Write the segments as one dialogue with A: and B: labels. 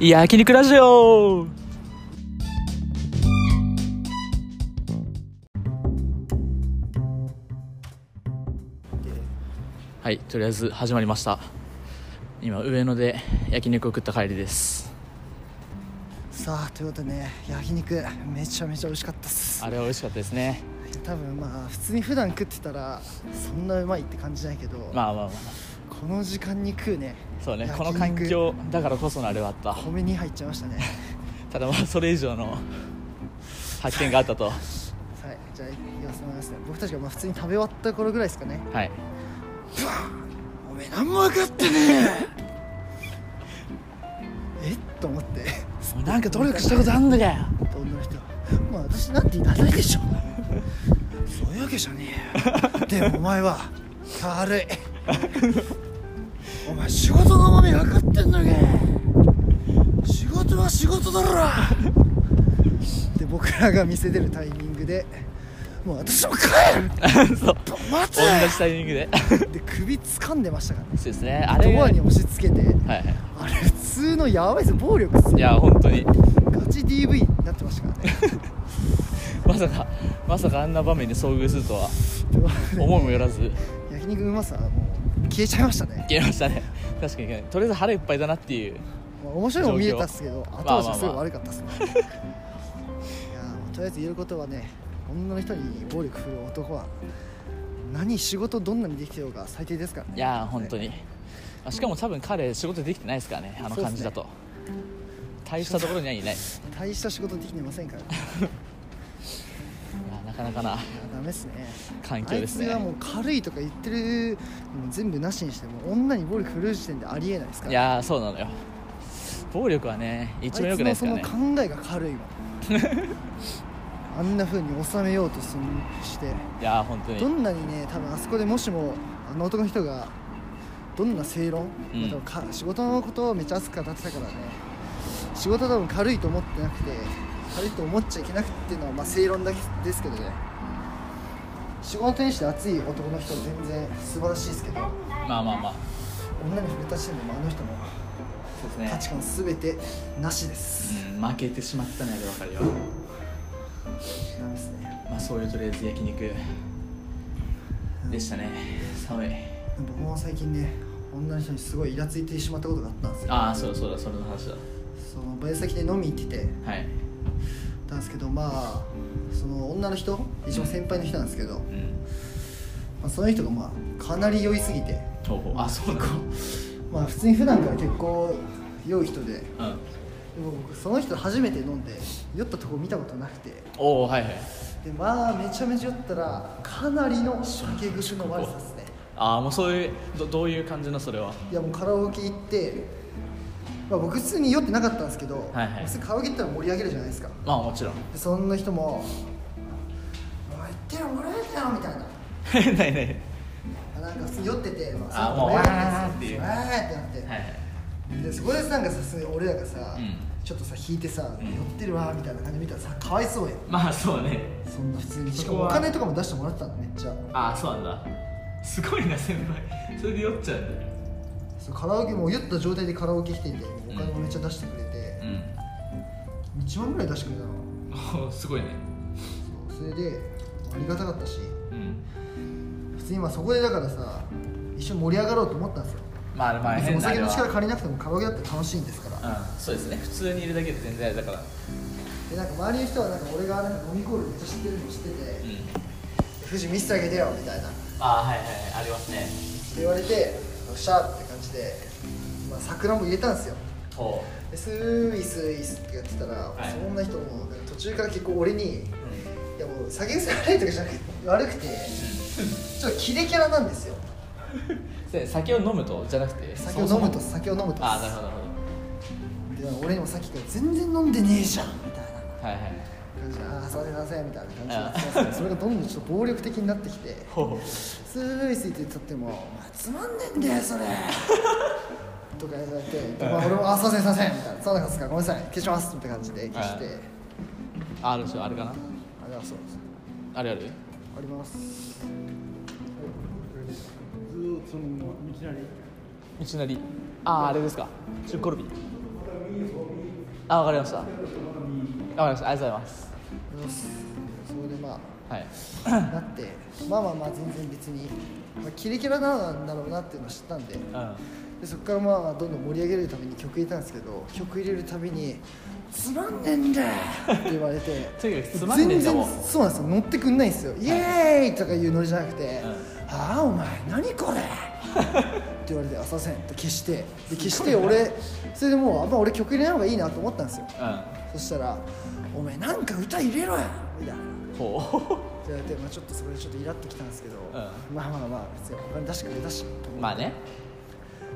A: 焼肉ラジオはいとりあえず始まりました今上野で焼肉を食った帰りです
B: さあということでね焼肉めちゃめちゃ美味しかったっす
A: あれは美味しかったですね
B: 多分まあ普通に普段食ってたらそんなうまいって感じないけど、
A: まあまあまあ
B: この時間に食うね
A: そうね
B: 焼
A: こ
B: 肉
A: の環境だからこそのあれはあった
B: 米に入っちゃいましたね
A: ただまあそれ以上の発見があったと
B: はいじゃあ言わせてもらいますね僕たちがまあ普通に食べ終わった頃ぐらいですかね
A: はい
B: おめえ何も分かってね ええっと思って
A: なんか努力したことあんのかよ
B: 女の人はまあ私なんていらないでしょそういうわけじゃねえよでもお前は軽いお前仕事の重み分かってんのか仕事は仕事だろで僕らが見せてるタイミングでもう私も帰 る
A: そう
B: 待
A: 同じタイミングでそう
B: てで首掴んでましたからね
A: ですねあれ
B: ドア
A: は
B: に押し付けて
A: いは
B: あれ普通のやばいですよ暴力っす
A: いい
B: よ
A: や本当に
B: ガチ DV になってましたからね
A: まさかまさかあんな場面で遭遇するとは
B: でも
A: 思いもよらず
B: 焼肉うまさはもう消えちゃいましたね、
A: 消えましたね確かにとりあえず腹いっぱいだなっていう
B: まあ、面白いもん見えたっすけど
A: 況
B: 後味はす
A: まあまあま
B: ごい
A: あ
B: 悪かったっすねいやーとりあえず言えることはね女の人に暴力振るう男は何仕事どんなにできてようが最低ですからね
A: いやー本当に、
B: ね
A: まあしかも多分彼仕事できてないですからねあの感じだと、大したところにはいないい
B: 大した仕事できてませんから、ね、
A: やなかなかない
B: やダメっすね
A: 環境ですね
B: あいつがもう軽いとか言ってるのも全部なしにしても女に暴力振るう時点でありえないですから
A: いやーそうなのよ暴力はね一番良くないですからね
B: あいつのその考え が軽いもんあんな風に収めようとすんして
A: いやー本当に
B: どんなにね多分あそこでもしもあの男の人がどんな正論、
A: うん
B: まあ多分か仕事のことをめっちゃ熱く語ってたからね仕事は多分軽いと思ってなくて軽いと思っちゃいけなくてっていうのはまあ正論だけですけどね仕事にして熱い男の人は全然素晴らしいですけど
A: まあまあまあ
B: 女に触れた時点でもうあの人の
A: そうです
B: 価
A: ね
B: 値観全てなしです、
A: うん負けてしまったねあればかるよ
B: ダメですね
A: まあそういうとりあえず焼肉でしたね寒い
B: 僕も最近ね女の人にすごいイラついてしまったことがあったんですよ
A: ああそうだそうだそれの話だ
B: そのバイト先で飲み行ってて
A: はい
B: たんですけどまあその女の人一番先輩の人なんですけど、ま
A: うん
B: あ、その人がまあかなり酔いすぎて
A: ほうほうあそうなの
B: まあ普通に普段から結構酔う人でで
A: うん
B: も僕その人初めて飲んで酔ったとこ見たことなくて
A: おおはいはい
B: でまあめちゃめちゃ酔ったらかなりの酒癖の悪さですね
A: ああもうそういうどどういう感じのそれはい
B: やもうカラオケ行って、まあ、僕普通に酔ってなかったんですけど、
A: はいはい
B: 普通カラオケ行ったら盛り上げるじゃないですか
A: まあもちろん
B: でそんな人も「おい言ってよもらえたよ」みたいな
A: ないない
B: あなんか普通に酔ってて、ま
A: あ
B: そ
A: も
B: の
A: う
B: 子がやんですよ
A: わ
B: わーってなって、
A: はいはい
B: でそこでなんかさすがに俺らがさ、
A: うん
B: ちょっとさ引いてさ、酔ってるわーみたいな感じで見たらさかわいそうやん
A: まあそうね
B: そんな普通に
A: そ
B: しか
A: こ
B: も
A: は
B: お金とかも出してもらってたのめっちゃ
A: ああそうなんだすごいな先輩それで酔っちゃうんだよ
B: そうカラオケもう酔った状態でカラオケ来ててお金もめっちゃ出してくれて、1万ぐらい出してくれたの
A: うんおーすごいね
B: そうそれでありがたかったし
A: うん
B: 普通にまあそこでだからさ一緒に盛り上がろうと思ったんですよ
A: まあまあ
B: 別
A: 変
B: にお
A: なあ
B: 酒
A: れ
B: の
A: は
B: 力借りなくてもカラオケだって楽しいんですから、
A: うんそうですね普通にいるだけで全然あれだから
B: でなんか周りの人はなんか俺がなんか飲みコールめっちゃ知ってるの知ってて、富士見せてあげてよみたいなって
A: ああはいはいありますね
B: 言われてよっしゃーって感じで、まあ、桜も入れたんですよ
A: ほ
B: でスーイスーイスってやってたら、
A: い
B: そんな人もなんか途中から結構俺に、
A: う、う
B: いやもう酒癖悪いとかじゃなくて悪くてちょっとキレキャラなんですよ
A: ん、で酒を飲むとじゃなくて
B: 酒を飲むと
A: そもそも
B: 酒を飲むと
A: ああなるほどなる
B: で俺にもさっきから全然飲んでねえじゃんみたいな
A: ほどはいはい
B: 感じでああすいませんすいませんみたいな
A: あ
B: 感じでそれがどんどんちょっと暴力的になってきて
A: ほう
B: スーイスイって言ってたっても「お前つまんねえんだよそれ」 とか言われて「まあ、俺もあすいませんすいません」みたいな「そうなんですかごめんなさい消します」みたいな感じで消して
A: はいああるでしょあれかな
B: あれはそうです
A: あれある
B: あります
A: 道なりあああれですか中コルビあわかりましたわかりましたありがとうございます
B: それでまあ
A: はい
B: なってまあまあまあ全然別に、まあ、キレキャラなんだろうなっていうのは知ったんででそこからまあまあどんどん盛り上げるために曲入れたんですけど曲入れるたびに「つまんねんだよ!」って言われて
A: とにかくつまんねんだもん
B: 全然そうなんですよ乗ってくんないんですよ「イエーイ!」とかいうノリじゃなくて「ああお前何これ! 」って言われて「あさせん」って消してで消して俺それでもうあんま俺曲入れない方がいいなと思ったんですよ
A: う
B: そしたら「お前なんか歌入れろや!」みたいな。
A: んほ
B: って言われて、まあ、ちょっとそれでちょっとイラっときたんですけど、
A: ん
B: まあまあまあ別にお金出してくれたしと思
A: う
B: って
A: まあね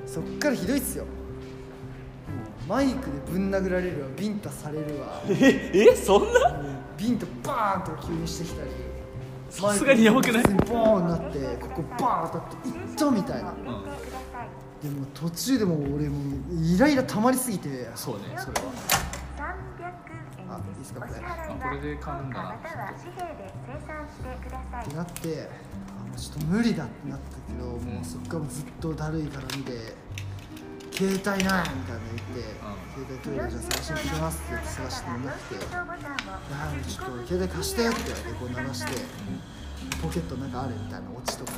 B: そっからひどいっすよもうマイクでぶん殴られるわビンタされるわも
A: ええそんな
B: うビンタバーンと急にしてきたり
A: さすがにやばくない
B: マイクでボーンなってここバーン当たっていったみたいな、でも途中でもう俺もうイライラ溜まりすぎて
A: そうねそれは
B: あいいですかこれ
A: あこれで買うんだな
B: ってなってあもうちょっと無理だってなったけど、もうそっからもうずっとだるいから見て携帯ないみたいな言って、携帯トイレじゃあ探しに行きますって言って探してもなくて、ああちょっと携帯貸してって言われてこう鳴らして、ポケットなんかあるみたいなオチとかで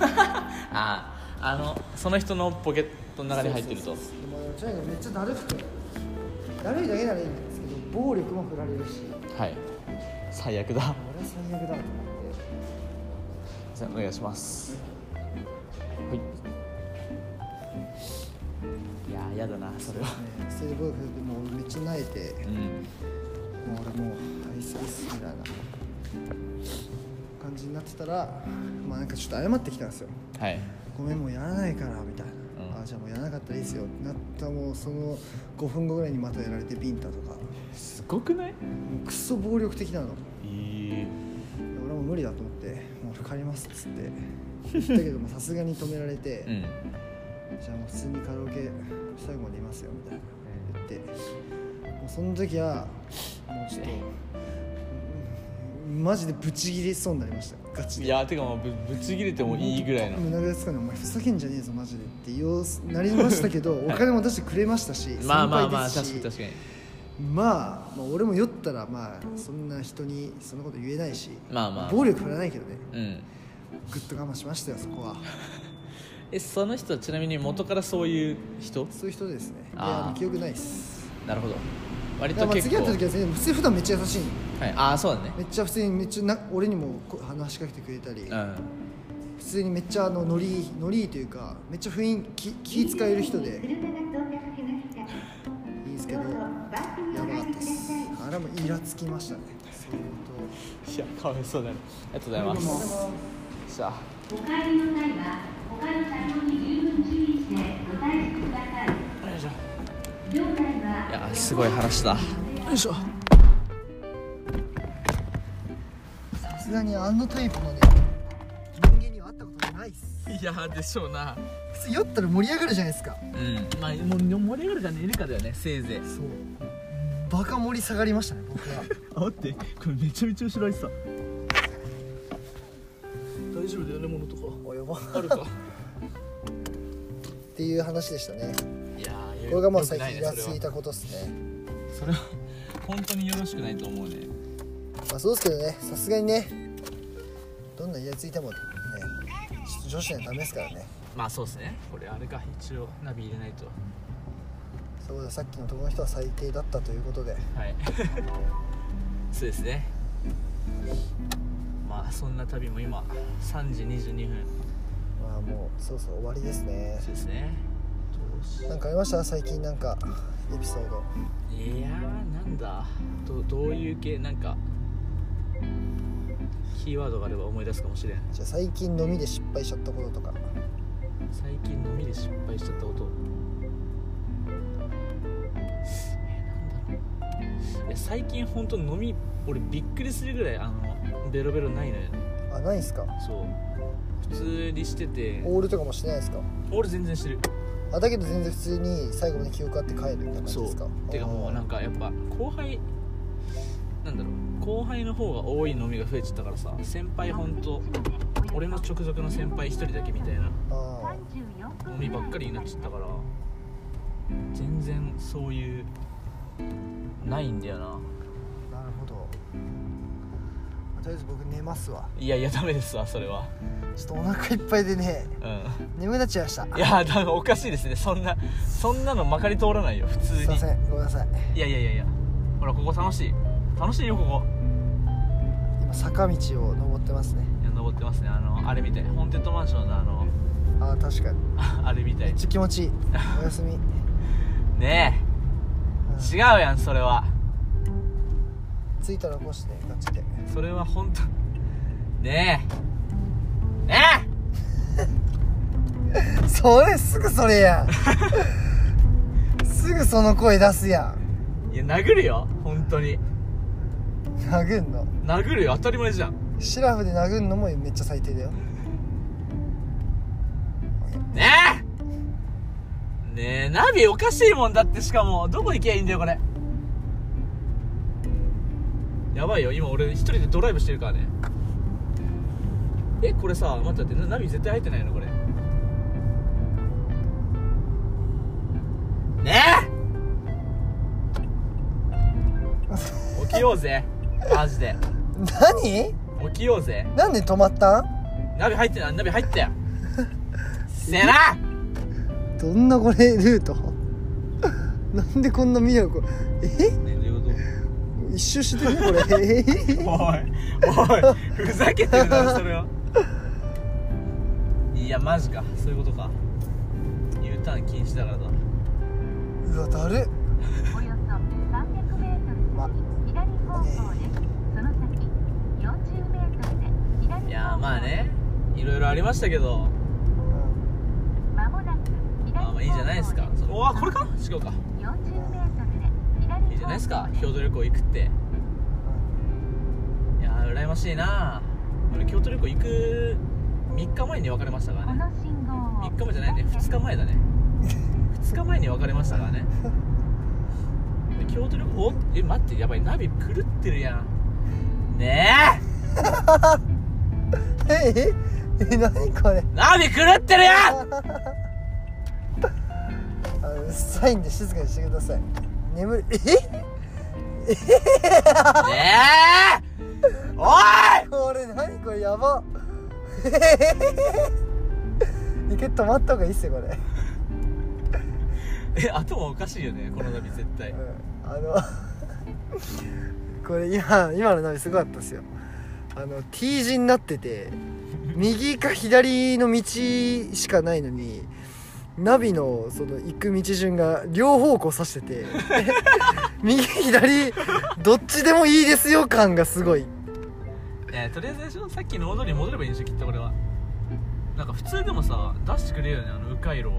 A: あああのその人のポケットの中に入ってると
B: でもとにかくめっちゃだるくてだるいだけならいいんですけど暴力も振られるし
A: はい最悪だ
B: 俺は最悪だと思って
A: じゃあお願いしますはいいやーやだなそれは
B: ねそれで僕もうめっちゃ泣いて。
A: うん
B: もう俺もうアイスですみたいな感じになってたらまあなんかちょっと謝ってきたんですよ
A: はい
B: ごめんもうやらないからみたいな、
A: うん
B: あじゃあもうやらなかったらいいですよってなったもうその5分後ぐらいにまたやられてビンタとかも
A: すごくないう
B: クソ暴力的なの
A: いい
B: 俺はもう無理だと思って「もう俺帰ります」っつって言ったけどもさすがに止められて、
A: うん
B: じゃあもう普通にカラオケ最後までいますよみたいな言ってもうその時はもうちょっとうんマジでブチギレそうになりましたガチ
A: い
B: で
A: やーてかもうぶぶち切れてもいいぐらいの
B: 胸ぐらつかねお前ふざけんじゃねえぞマジでって言おうなりました けどお金も出してくれましたし
A: まあまあまあ確かに
B: 先輩で
A: 確
B: すし
A: かに
B: まあまあ俺も酔ったらまあそんな人にそんなこと言えないし
A: まあまあ
B: 暴力振らないけどね
A: うん
B: ぐっと我慢しましたよそこは
A: えその人はちなみに元からそういう人
B: そういう人ですねい
A: あー
B: やもう記憶ないっす
A: なるほど割
B: いや
A: と
B: まあ
A: 結
B: 次
A: 構
B: 会った時は全然普通に普段めっちゃ優しい
A: はい、ああそうだね
B: めっちゃ普通にめっちゃな俺にもこ話しかけてくれたり、
A: うん
B: 普通にめっちゃあのノリノリというかめっちゃ雰囲気気使える人でいいですけどやばかったですあれはもうイラつきましたねそういうこ
A: いやかわいそうだねありがとうございますさあよいしょいやーすごい話だよいしょ
B: とさすがにあのタイプのね人間には会ったことないっす
A: いやーでしょうな
B: 普通酔ったら盛り上がるじゃないですか
A: うんまあもう盛り上がるか寝るかだよねせいぜい
B: そうバカ盛り下がりましたね僕は
A: あ待ってこれめちゃめちゃ後ろにさ大丈夫だよね物 とか
B: おやば
A: あるか
B: っていう話でしたね
A: いやー
B: これがまあ最近イ
A: 良
B: ラ
A: く
B: つ
A: ない
B: い
A: ね
B: たことっすね
A: それはそれは本当によろしくないと思うね
B: まあそうですけどねさすがにねどんなイラついてもねちょっと女子にはダメですからね
A: まあそうですねこれあれか一応ナビ入れないと
B: そうださっきの男の人は最低だったということで
A: はい そうですねまあそんな旅も今3時22分
B: まあもうそろそろ終わりですね
A: そうですね
B: なんかありました最近なんかエピソード
A: いやーなんだどどういう系なんかキーワードがあれば思い出すかもしれん
B: じゃあ最近飲みで失敗しちゃったこととか
A: 最近飲みで失敗しちゃったことえーなんだろういや最近本当飲み俺びっくりするぐらいあのベロベロないのよね
B: あないんすか
A: そう普通にしてて
B: オールとかもしてないですか
A: 俺全然してる
B: あだけど全然普通に最後まで記憶あって帰るみたいな感じ
A: そ
B: ですか
A: うてかもうなんかやっぱ後輩なんだろう後輩の方が多い飲みが増えちゃったからさ先輩ほんと俺の直属の先輩一人だけみたいな
B: あーあ
A: 飲みばっかりになっちゃったから全然そういうないんだよな
B: なるほどとりあえず僕寝ますわ
A: いやいやダメですわそれは
B: ちょっとお腹いっぱいでね
A: うん
B: 眠くなっちゃいました
A: いや多分おかしいですねそんなそんなのまかり通らないよ普通
B: すい
A: に
B: ませんごめんなさい
A: いやいやいやいやほらここ楽しい楽しいよここ
B: 今坂道を登ってますね
A: いや登ってますねあのあれみたいホーンテッドマンションのあの
B: あー確かに
A: あれみた
B: め
A: い
B: っちゃ気持 ちいいおやすみ、うん
A: ねえ違うやんそれは
B: 着いたら起こしてガチで
A: それは本当ねえね
B: それすぐそれ やんすぐその声出すやん
A: えいや殴るよ本当に
B: 殴んの
A: 殴るよ当たり前じゃん
B: シラフで殴んのもめっちゃ最低だよ
A: ねえねえナビおかしいもんだってしかもどこ行けばいいんだよこれやばいよ今俺一人でドライブしてるからねえこれさ待って待ってなナビ絶対入ってないのこれねえ起きようぜマジで
B: 何
A: 起きようぜ
B: なんで止まったん
A: ナビ入ってないナビ入ったよせな
B: どんなこれルートなんでこんな見ようこえ
A: ねえどういうこと
B: 一周してるねこれ
A: おいおいふざけてるだろそれはいやマジかそういうことか U ターン禁止だからだ
B: うわだる
C: およそ 300m
B: ま
C: 左方向です。その先 40m で左方向
A: いやまあねいろいろありましたけど
B: うん
C: まもなく左
A: まあまあいいじゃないですかそのうわこれか違うか
C: ?40m で左方向
A: いいじゃないですか郷土旅行行くっていやー羨ましいな俺京都旅行行く3日前に別れましたから
C: こ
A: ね
C: の信号を
A: 3日前じゃないね2日前だね2日前に別れましたからねで京都旅行おえ待ってやばいナビ狂ってるやんねえ
B: えええ何これ
A: ナビ狂ってるやん
B: あうっさいんで静かにしてください眠るえ
A: ねえおい
B: これ何これやばえ一回止まった方がいいっすよこれ、
A: え頭おかしいよねこのナビ絶対
B: うん、あの これ今今のナビすごかったですよあの T 字になってて右か左の道しかないのにナビのその行く道順が両方向指してて 右左どっちでもいいですよ感がすごい
A: えとりあえずでしょさっきの大通りに戻ればいいんでしょきっと俺はなんか普通でもさ出してくれるよねあの迂回路を
B: うん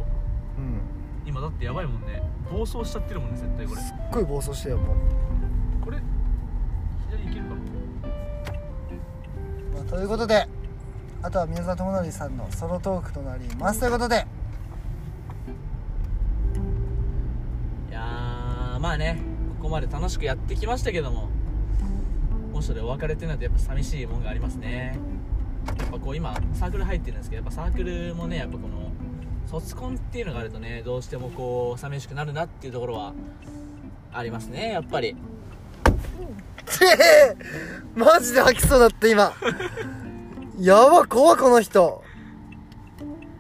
A: 今だってやばいもんね暴走しちゃってるもんね絶対これ
B: すっごい暴走してよもう、
A: これ左行けるかな
B: まあ、ということであとは宮沢智則さんのソロトークとなりますということで
A: いやーまあねここまで楽しくやってきましたけどももしそれお別れってなるとやっぱ寂しいもんがありますねやっぱこう今サークル入ってるんですけどやっぱサークルもねやっぱこの卒コンっていうのがあるとねどうしてもこう寂しくなるなっていうところはありますねやっぱり
B: ええ マジで吐きそうだった今やば怖っこの人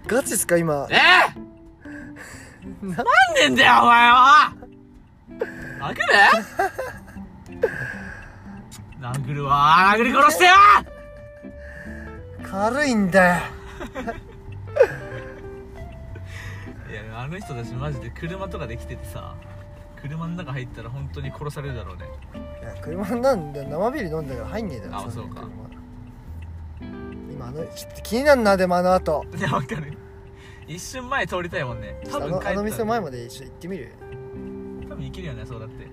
B: ガチっすか今
A: ええ
B: な
A: なんでんだよお前は殴る殴るわ殴り殺してよ
B: 軽いんだよ
A: いやあの人たちマジで車とかで来ててさ車の中入ったら本当に殺されるだろうね
B: いや車なんだよ生ビール飲んだから入んねえだろ
A: あ
B: んな
A: そうか
B: 車今あのちょっと気になるなでもあの後
A: いやわかる一瞬前通りたいもんね
B: あ
A: 多分
B: の
A: 帰っ
B: あの
A: た
B: 店
A: ら
B: 前まで一緒に行ってみる、
A: 多分行けるよねそうだって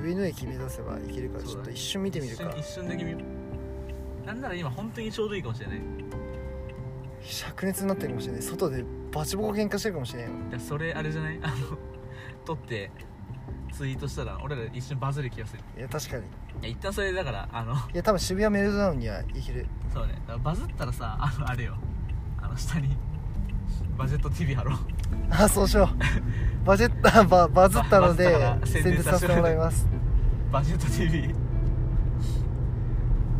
B: うん、上野駅目指せば行けるから
A: そう
B: ち
A: だ
B: ょっと一瞬見てみる
A: 一
B: か
A: 瞬一瞬だけ見ようなんなら今本当にちょうどいいかもしれないい
B: 灼熱になってるかもしれない外でバチボコ喧嘩してるかもしれないよ
A: やそれあれじゃないあ の撮ってツイートしたら俺ら一瞬バズる気がする
B: いや確かに
A: いや一旦それだからあの
B: いや多分渋谷メルトダウンには行ける
A: そうねだからバズったらさあのあれよあの下にバジェット TV 貼ろう
B: あそうしよう バジェットババズったので
A: ババズったから
B: 宣伝させてもらいます
A: バジェット TV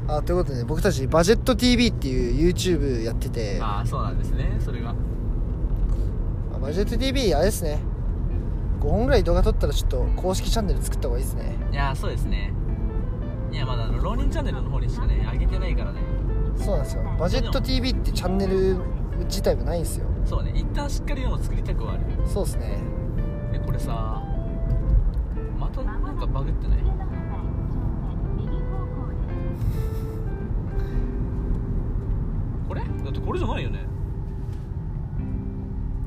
B: あということで僕たちバジェット TV っていう YouTube やってて
A: ああそうなんですねそれが
B: あバジェット TV あれですね5本ぐらい動画撮ったらちょっと公式チャンネル作った方がいいですね
A: いやーそうですねいやまだあの浪人チャンネルの方にしかね上げてないからね
B: そうなんですよバジェット TV ってチャンネル自体もないんですよ
A: そうね一旦しっかりでも作りたくはある
B: そうですね
A: えこれさまたなんかバグってないこれだってこれじゃないよね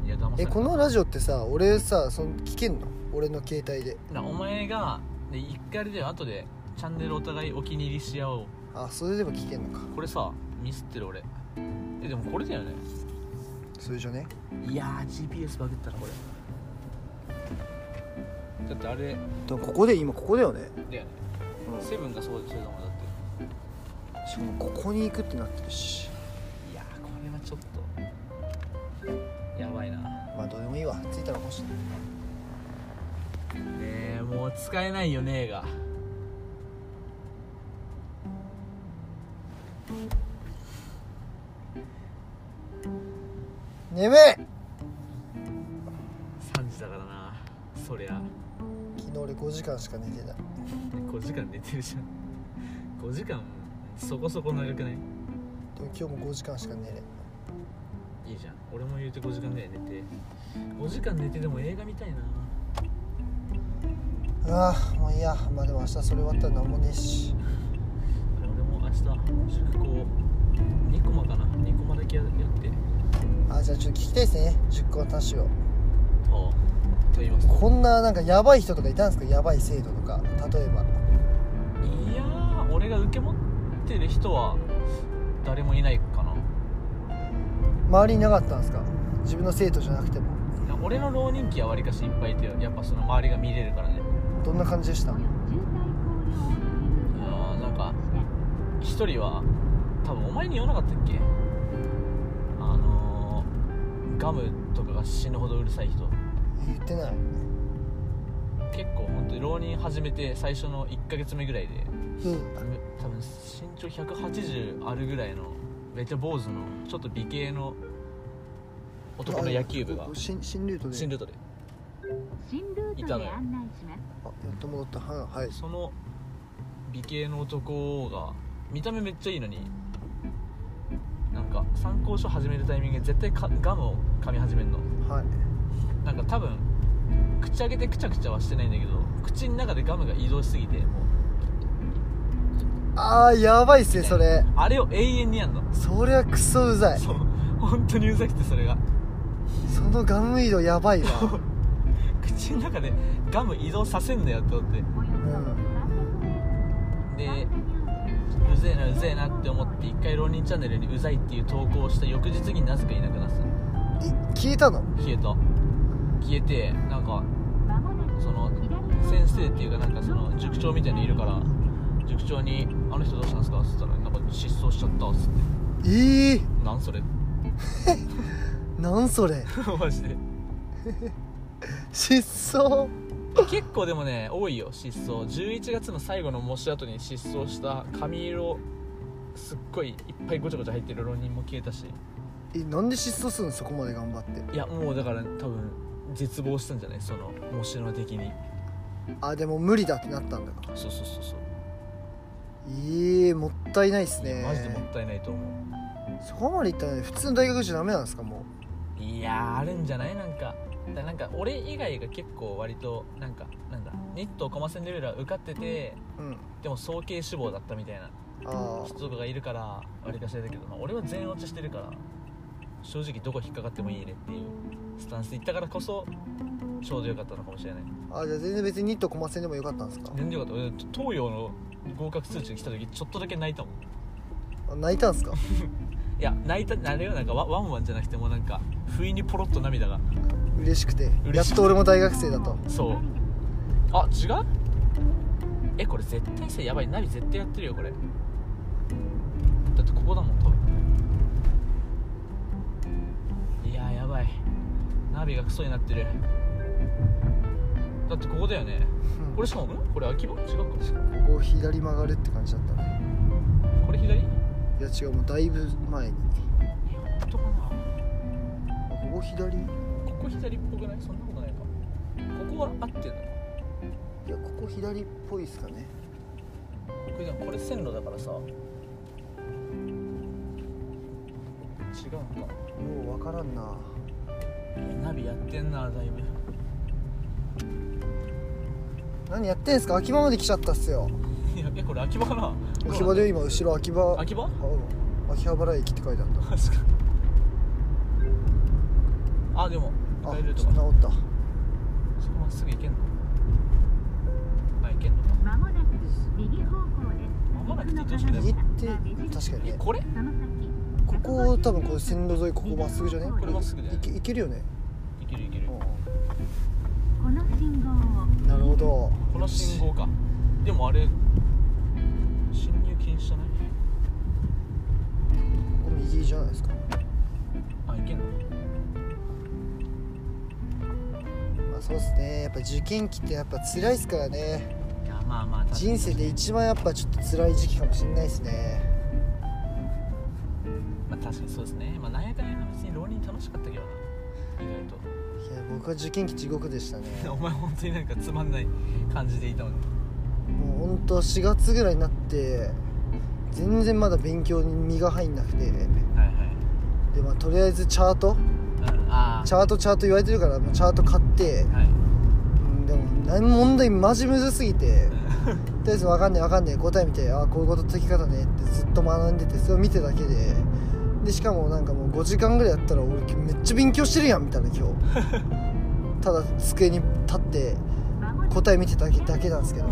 A: いや騙され
B: え
A: た
B: このラジオってさ俺さその聞けんの俺の携帯で
A: なお前がで一回で後でチャンネルお互いお気に入りし合おう
B: あそれでも聞けんのか
A: これさミスってる俺えでもこれだよね
B: それじゃね
A: いやー GPS バグったなこれだってあれ
B: でもここで今ここだよね
A: だよねセブンがそうでそうだもんだって
B: しかもここに行くってなってるし
A: いやーこれはちょっとやばいなね
B: まあどうでもいいわ着いたらこうして
A: えもう使えないよねえが
B: 眠い
A: 3時だからなそりゃ
B: 昨日俺5時間しか寝てない
A: 5時間寝てるじゃん5時間そこそこ長くない
B: でも今日も5時間しか寝れん
A: いいじゃん俺も言うて5時間ぐらい寝て5時間寝てでも映画見たいな
B: うわもういいやまあでも明日それ終わったら何もねえし
A: 俺も明日塾校2コマかな2コマだけややって
B: あじゃあちょっと聞きたいですね10個の話を
A: ああと言いますと
B: こんななんかヤバい人とかいたんですかヤバい制度とか例えば
A: いやー俺が受け持ってる人は誰もいないかな
B: 周りになかったんですか自分の生徒じゃなくても
A: いや俺の浪人期はわりかしいっぱいいてやっぱその周りが見れるからね
B: どんな感じでした
A: あーなんか一人は多分お前に言わなかったっけあのー、ガムとかが死ぬほどうるさい人
B: 言ってない
A: 結構本当に浪人始めて最初の1ヶ月目ぐらいで
B: うん
A: む多分身長180あるぐらいのめっちゃ坊主のちょっと美形の男の野球部が
B: 新新ルートで
A: 新ルートで
C: 新ルートで案内します。
B: あやっと戻ったははい
A: その美形の男が見た目めっちゃいいのになんか参考書始めるタイミングで絶対かガムを噛み始めるの
B: はい
A: なんか多分口開けてくちゃくちゃはしてないんだけど口の中でガムが移動しすぎてもう
B: あーやばいっすねそれ
A: あれを永遠にやんの
B: そりゃクソうざい
A: そう本当にうざくてそれが
B: そのガム移動 やばいわ
A: 口の中でガム移動させんなよって思って
C: およそ300
A: で
C: メートル。
A: うぜえなうぜえなって思って一回浪人チャンネルにうざいっていう投稿をした翌日になぜかいなくなってた
B: え消えたの
A: 消えた消えてなんか
C: まもなく
A: その先
C: 先
A: 生
C: 生
A: っ
C: ってて
A: い
C: いうう
A: か
C: か
A: なか
C: なんんか
A: そ
C: そ
A: の
C: の
A: 塾
C: 塾
A: 長
C: 長
A: み
C: み
A: た
C: た
A: いのい
C: いのい
A: る
C: る
A: か
C: からら
A: 塾長に「あの人どうしたんですか?」っつったら「なんか失踪しちゃった」っつって
B: ええ
A: 「なんそれ?
B: ー、なんそれ」
A: マジで
B: 失踪
A: 結構でもね多いよ失踪11月の最後の模試後に失踪した髪色すっごいいっぱいごちゃごちゃ入ってる浪人も消えたし
B: えなんで失踪するのそこまで頑張って
A: いやもうだから多分絶望したんじゃないその模試の的に
B: あでも無理だってなったんだから
A: そうそうそうそう
B: ええもったいないっすね
A: マジでもったいないと思
B: そこまでいったのに普通の大学じゃダメなんですかも
A: ういやーあるんじゃないなんかだなんか俺以外が結構割となんかなんだニットコマセンレベルは受かってて
B: ううん
A: でも早慶志望だったみたいな
B: あ
A: 人とかがいるからわりかしあれだけど、まあ、俺は全落ちしてるから正直どこ引っかかってもいいねっていうスタンスで行ったからこそちょうどよかったのかもしれない
B: ああじゃあ全然別にニットコマセンでもよかったんですか
A: 全然よかった俺東洋の合格通知が来た時ちょっとだけ泣いたもん
B: あ泣いたんですか
A: いや泣いたあれよなんかワワンワンじゃなくてもうなんか不意にポロッと涙が
B: 嬉しくてや
A: 嬉
B: っ
A: しくて
B: と俺も大学生だと
A: そうあ違うえこれ絶対さやばいナビ絶対やってるよこれだってここだもん多分いややばいナビがクソになってるだってここだよねこれしかもんこれ秋葉違うか
B: ここ左曲がるって感じだったね
A: これ左
B: いや違うもうだいぶ前に
A: 本当かな
B: あここ左い
A: ここ左っぽくないそんなことないかここは合ってるのか
B: やここ左っぽいっすかね
A: これでもこれ線路だからさ違うのか
B: もう分からんな
A: ナビやってんなだいぶ
B: 何やってんすか秋葉まで来ちゃったっすよ
A: いやえこれ秋葉かな
B: 秋葉で今後ろ秋葉
A: 秋葉
B: うん秋葉原駅って書いてあっ
A: 確
B: た
A: かにあでも
B: あ
A: 帰れる
B: ち
A: と
B: ょっ
A: か
B: と直った
A: そこまっすぐ行けんのあ行けんのか
C: まもなく右方向です。
A: まもなくって言ってほしくない
B: 右って確かに
A: え
B: ね
A: これ
C: その先
B: ここ多分この線路沿いここまっすぐじゃね
A: これまっすぐだよ
B: いけいけるよね
A: いけるいける
B: う
C: この信号を
B: んなるほど
A: この信号かでもあれ進入禁止じゃない
B: ここ右じゃないですか
A: あ行けんの
B: まあそうっすねやっぱ受験期ってやっぱ辛いっすからね
A: いやまあまあ確かに
B: 人生で一番やっぱちょっと辛い時期かもしんないっすね
A: まあ確かにそうですねまあなんやかんや別に浪人楽しかったけどな意外
B: いや僕は受験期地獄でしたね
A: と お前本当になんかつまんない感じでいたのに
B: もうほんと4月ぐらいになって全然まだ勉強に身が入んなく
A: は
B: て
A: い
B: でまあとりあえずチャート
A: はい、うん、ああ
B: チャートチャート言われてるからもうチャート買って
A: はい
B: うんでも何も問題マジむずすぎて
A: うん
B: とりあえず分かんねえ分かんねえ答え見てああこういうこと解き方ねってずっと学んでてそれを見てだけででしかもなんかもう5時間ぐらいやったら俺めっちゃ勉強してるやんみたいな今日ただ机に立って
C: まもなく
B: 答え見てただけだけなんですけど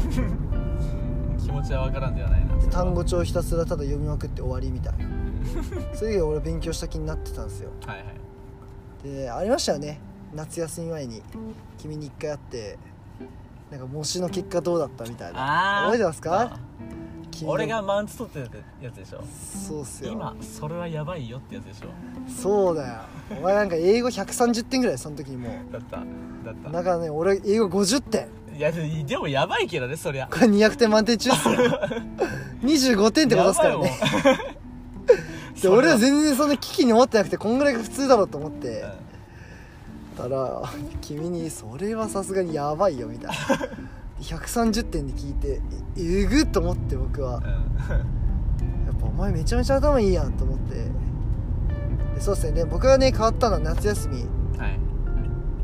A: 気持ちはわからんではないな
B: 単語帳ひたすらただ読みまくって終わりみたいなそれ以外俺勉強した気になってたんですよ
A: はいはい
B: でありましたよね夏休み前に君に一回会ってなんか模試の結果どうだったみたいな
A: あー
B: 覚えてますか君の
A: 俺がマウント取ってたやつでしょ
B: そうっすよ
A: 今それはやばいよってやつでしょ
B: そうだよお前なんか英語130点ぐらいその時にも
A: だっただ
B: う
A: っ
B: だからね俺英語50
A: た
B: 点
A: いやででもやばいけどねそりゃ
B: これ200点満点中っすよ25点ってことっすからね
A: やばい
B: で俺は全然そんな危機に思ってなくてこんぐらいが普通だろうと思って
A: もんうん
B: たら君に「それはさすがにやばいよ」みたいな130点で聞いてええぐっと思って僕はやっぱお前めちゃめちゃ頭いいやんと思ってでそうっすねで僕がね変わったのは夏休み
A: うん はい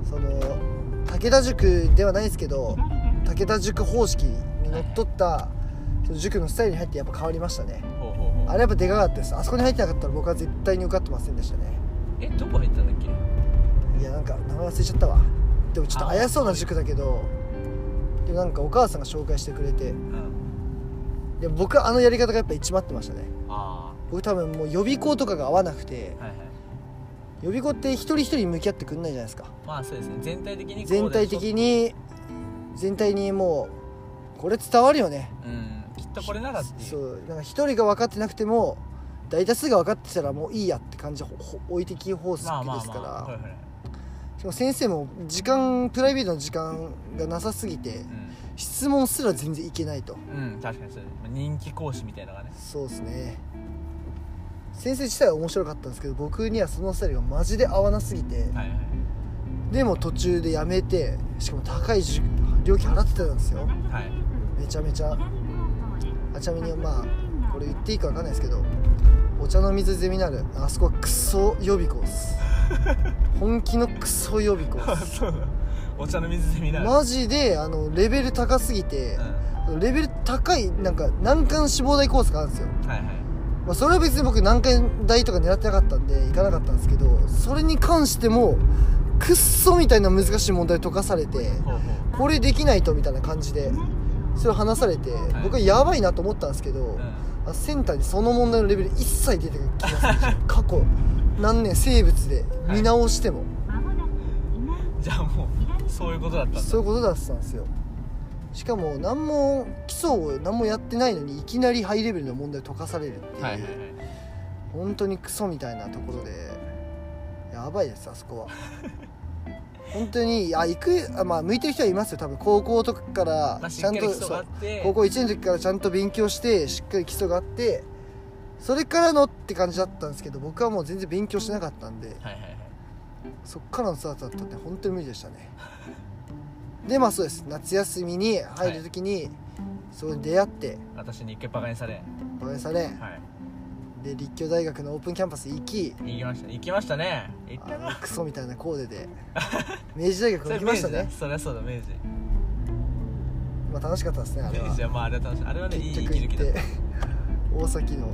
B: その武田塾ではないですけど武
C: 左です。
B: 田塾方式にのっとったその塾のスタイルに入ってやっぱ変わりましたね
A: ほうほうほう
B: あれやっぱでかかったですあそこに入ってなかったら僕は絶対に受かってませんでしたね
A: えどこ入ったんだっけ
B: いやなんか名前忘れちゃったわでもちょっと怪しそうな塾だけどでもなんかお母さんが紹介してくれて
A: うん
B: でも僕はあのやり方がやっぱ一番合ってましたね
A: あ
B: 僕多分もう予備校とかが合わなくて
A: あはいはい
B: 予備校って一人一人向き合ってくんないじゃないですか
A: まあそうですね全体的にこうで
B: 全体的に全体にもうこれ伝わるよね
A: うんきっとこれならってい
B: そううなんか一人が分かってなくても大多数が分かってたらもういいやって感じほほ置いてき方式です
A: まあまあ
B: か
A: まあはい
B: ら
A: はい
B: しかも先生も時間プライベートの時間がなさすぎて質問すら全然いけないと
A: うん、うん、確かにそうですまあ人気講師みたいなのがね
B: そうですね先生自体は面白かったんですけど僕にはそのスタイルがマジで合わなすぎ
A: は
B: て
A: いはい
B: でも途中でやめてしかも高い塾料金払ってたんですよ
A: はい
B: めちゃめちゃあちなみにまあこれ言っていいか分かんないですけどお茶の水ゼミナルあそこはクソ予備校っす本気のクソ予備校っす
A: そうだお茶の水ゼミナール、
B: マジであのレベル高すぎてレベル高いなんか難関志望大コースがあるんですよ、
A: うんはいはい
B: まあ、それは別に僕難関大とか狙ってなかったんで行かなかったんですけどそれに関してもクッソみたいな難しい問題解かされて
A: ほうほう
B: これできないとみたいな感じでそれを話されて
A: い
B: 僕はやばいなと思ったんですけど、
A: うん
B: あセンターにその問題のレベル一切出てきますね 過去何年生物で見直しても、
C: まもなく稲荷
A: じゃあもうそういうことだったんだ
B: そういうことだったんですよしかも何も基礎を何もやってないのにいきなりハイレベルの問題を解かされるっていう、
A: はいはいはい
B: 本当にクソみたいなところでやばいですあそこは 本当にあ行くあまあ向いてる人はいますよ多分高校とかか
A: ま
B: ら
A: あ、しっ
B: ち
A: か
B: ゃん
A: り基
B: と、
A: 礎が
B: そ
A: あっ
B: う
A: て
B: 高校1年の時からちゃんと勉強してしっかり基礎があってそれからのって感じだったんですけど僕はもう全然勉強しなかったんで
A: はいはいはい
B: そっからのスタートだったんで本当に無理でしたね でまあそうです夏休みに入る時に、そこに出会って
A: 私に一回バカにされ
B: バカにされ
A: はい
B: で立教大学のオープンキャンパス行き
A: 行きました行きましたね行っ
B: あ
A: た
B: の
A: な
B: クソみたいなコーデで明治大学行きましたね
A: 明治だそりゃそうだ明治
B: まあ楽しかったですねあれ
A: 明
B: は
A: 治はまああれは楽しいあれはねいい
B: 結
A: 息
B: 局
A: 抜
B: 行
A: き
B: っ
A: だってた
B: 大崎の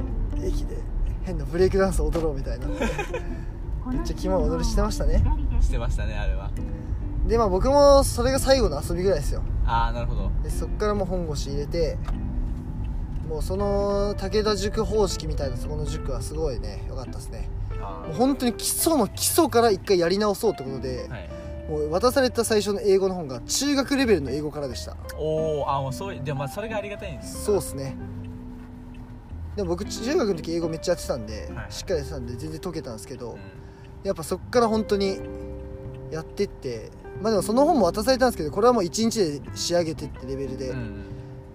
B: 駅で変なブレイクダンス踊ろうみた いなめっちゃ肝を踊りしてましたね
A: してましたねあれは
B: でまあ僕もそれが最後の遊びぐらいですよ
A: ああなるほど
B: でそっからもう本腰入れてもうその武田塾方式みたいなそこの塾はすごいね良かったですね
A: あ
B: もう本当に基礎の基礎から一回やり直そうってことで、
A: ーはい
B: もう渡された最初の英語の本が中学レベルの英語からでした
A: おおあもうそういでもまあそれがありがたいんです
B: そうですねでも僕中学の時英語めっちゃやってたんで、
A: はい
B: しっかりやってたんで全然解けたんですけど、
A: うん
B: やっぱそっから本当にやってってまあでもその本も渡されたんですけどこれはもう1日で仕上げてってレベルで
A: うん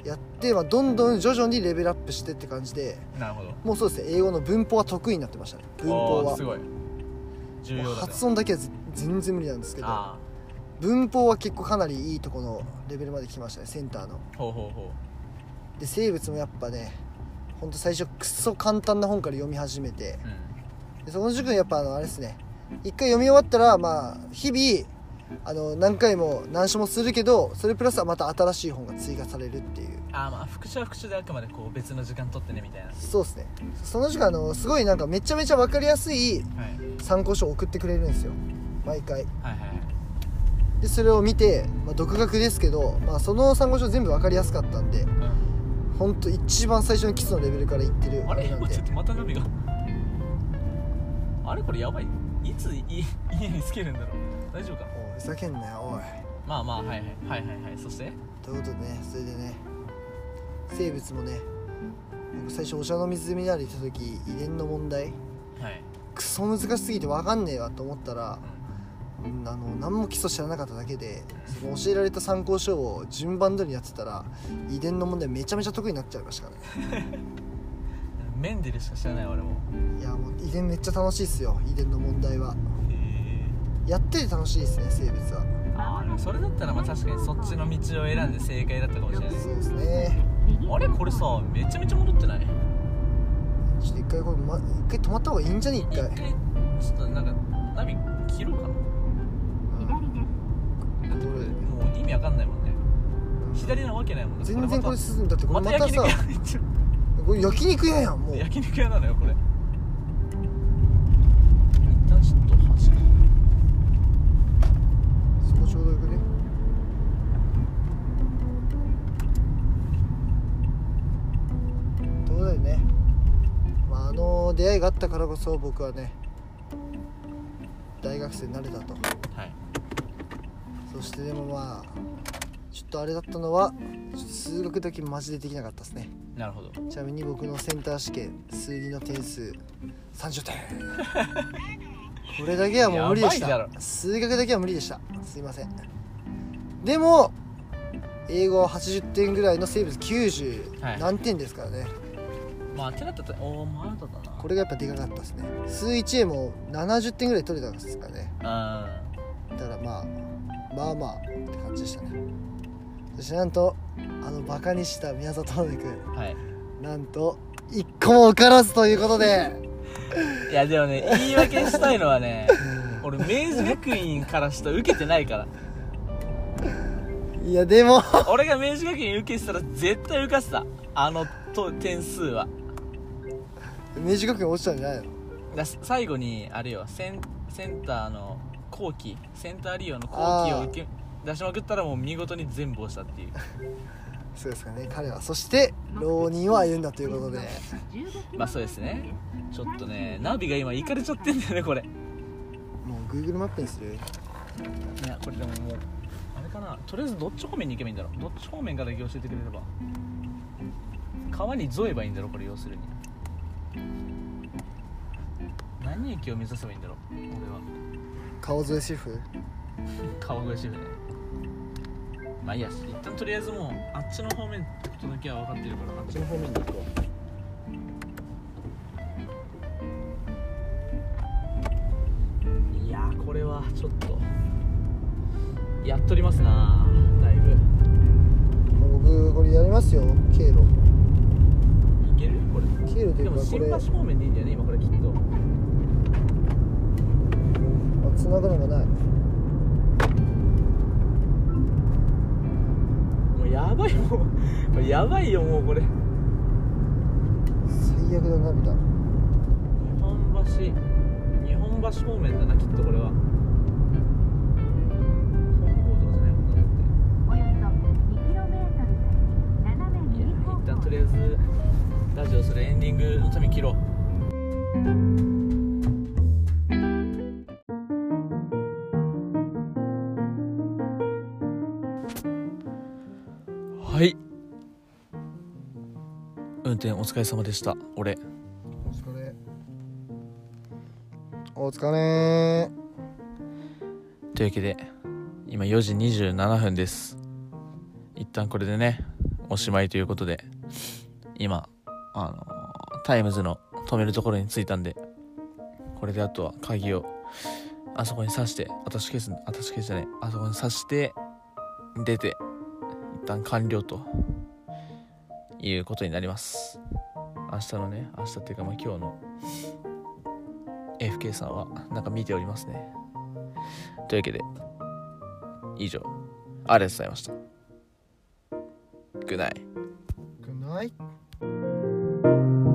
B: やって、まあ、どんどん徐々にレベルアップしてって感じで
A: うんなるほど
B: もうそうですね英語の文法は得意になってましたね文
A: お
B: 法
A: ー
B: は
A: すごい重要だね
B: 発音だけはぜ全然無理なんですけど
A: あ
B: 文法は結構かなりいいとこのレベルまで来ましたねセンターの
A: あほうほうほ
B: で生物もやっぱねほんと最初クソ簡単な本から読み始めて
A: ううん
B: でそこの塾のやっぱあのあれですね一回読み終わったらまあ日々あの何回も何種もするけどそれプラスはまた新しい本が追加されるっていう
A: ああまあ復習は復習であくまでこう別の時間取ってねみたいな
B: そうですねその塾あのすごいなんかめちゃめちゃ分かりやすい
A: はいはい
B: 参考書を送ってくれるんですよ毎
A: は
B: 回
A: いはい
B: でそれを見て、まあ、独学ですけど、まあ、その参考書全部分かりやすかったんで
A: うん
B: ほんと一番最初の基礎のレベルからいってる
A: あ
B: あ
A: れ
B: れなんで
A: ちょっとまたナビがあれこれやばいいつい 家につけるんだろう大丈夫か
B: おいふざけんなよおい
A: まあまあはいはいはいはいはいそして
B: ということでねそれでね生物もね僕最初お茶の水になり行った時遺伝の問題
A: はい
B: クソ難しすぎて分かんねえわと思ったら
A: う、
B: うんあの何も基礎知らなかっただけでその教えられた参考書を順番通りやってたら遺伝の問題めちゃめちゃ得意になっちゃいましたね
A: んメンデルしか知らない俺も
B: いやもう遺伝めっちゃ楽しいっすよ遺伝の問題は
A: へ
B: やってて楽しいですね生物は
A: えああでもそれだったらまあ確かにそっちの道を選んで正解だったかもしれない
B: そうですね
A: あれこれさめちゃめちゃ戻ってない
B: ちょっと一回これ、ま、一回止まった方がいいんじゃね一
A: 一
B: 回
A: 回ちょっとなんかナビ切ろうかな
C: 左です
A: だってこれもう
B: どれ
A: 意味わかんないもんね左なわけないもんね
B: 全然これ進んだってこれ
A: また
B: また
A: 焼
B: さ
A: 肉屋 に行っちゃう
B: これ焼肉屋やんもう
A: 焼肉屋なのよこれ一旦ちょっと走る
B: そこちょうどよくねどうだよねまああの出会いがあったからこそ僕はね大学生になれたと
A: はい
B: そしてでもまあちょっとあれだったのはちょっと数学だけマジでできなかったですね
A: なるほど
B: ちなみに僕のセンター試験数理の点数30点 これだけはもう無理でし
A: やば
B: た
A: いだ
B: 数学だけは無理でしたすいませんでも英語は80点ぐらいの生物90、
A: はい
B: 何点ですからね
A: まあ手だったとおおまだだな
B: これがやっぱでかかったですね数 1A も70点ぐらい取れたんですからね
A: あ
B: だからまあまあまあって感じでしたねそしてなんとあのバカにした宮里直君
A: ーはい
B: なんと一個も受からずということで
A: いやでもね言い訳したいのはね俺明治学院からしたら受けてないから
B: いやでも
A: 俺が明治学院受けてたら絶対受かってたあのと点数は
B: 明治学院落ちたんじゃないの
A: だ最後にあれよセンセンターの後期センター利用の後期を受け出しまくったらもう見事に全部押したっていう
B: そうですかね彼はそして浪人を歩んだということで
A: まあそうですねちょっとねナビが今いかれちゃってんだよねこれ
B: もう Google マップにする
A: いやこれでももうあれかなとりあえずどっち方面に行けばいいんだろうどっち方面からだけ教えてくれれば川に沿えばいいんだろうこれ要するに何駅を目指せばいいんだろう俺は
B: 川添シェフ
A: 顔苦しいねまあいいや一旦とりあえずもうあっちの方面ってことだけは分かってるからあっちの方面に行こういやーこれはちょっとやっとりますなだいぶ
B: 僕これやりますよ経路
A: いけるこれ
B: 経路と
A: で
B: いう
A: も
B: かこ
A: 新
B: れ
A: 橋方面でいいんだよね今これきっと
B: あ繋ぐのがない
A: もうやばいもうこれ やばいよもうこれ日
B: 最悪だ涙
A: 本橋日本橋方面だなきっとこれは本郷とかじゃないもんなだっ
C: およそ 2km
A: て
C: 先斜め
A: いや
C: 右方
A: 一旦と
C: 向
A: りあえずラジオするエンディングのために切ろうはい運転お疲れ様でした俺
B: お疲れお疲れ
A: というわけで今4時27分です一旦これでねおしまいということで今あのタイムズの止めるところに着いたんでこれであとは鍵をあそこに刺してアタッシュケースアタッシュケースじゃないあそこに刺して出て一旦完了ということになります明日のね明日っていうかまあ今日の AFK さんはなんか見ておりますねというわけで以上ありがとうございましたグナイ
B: くない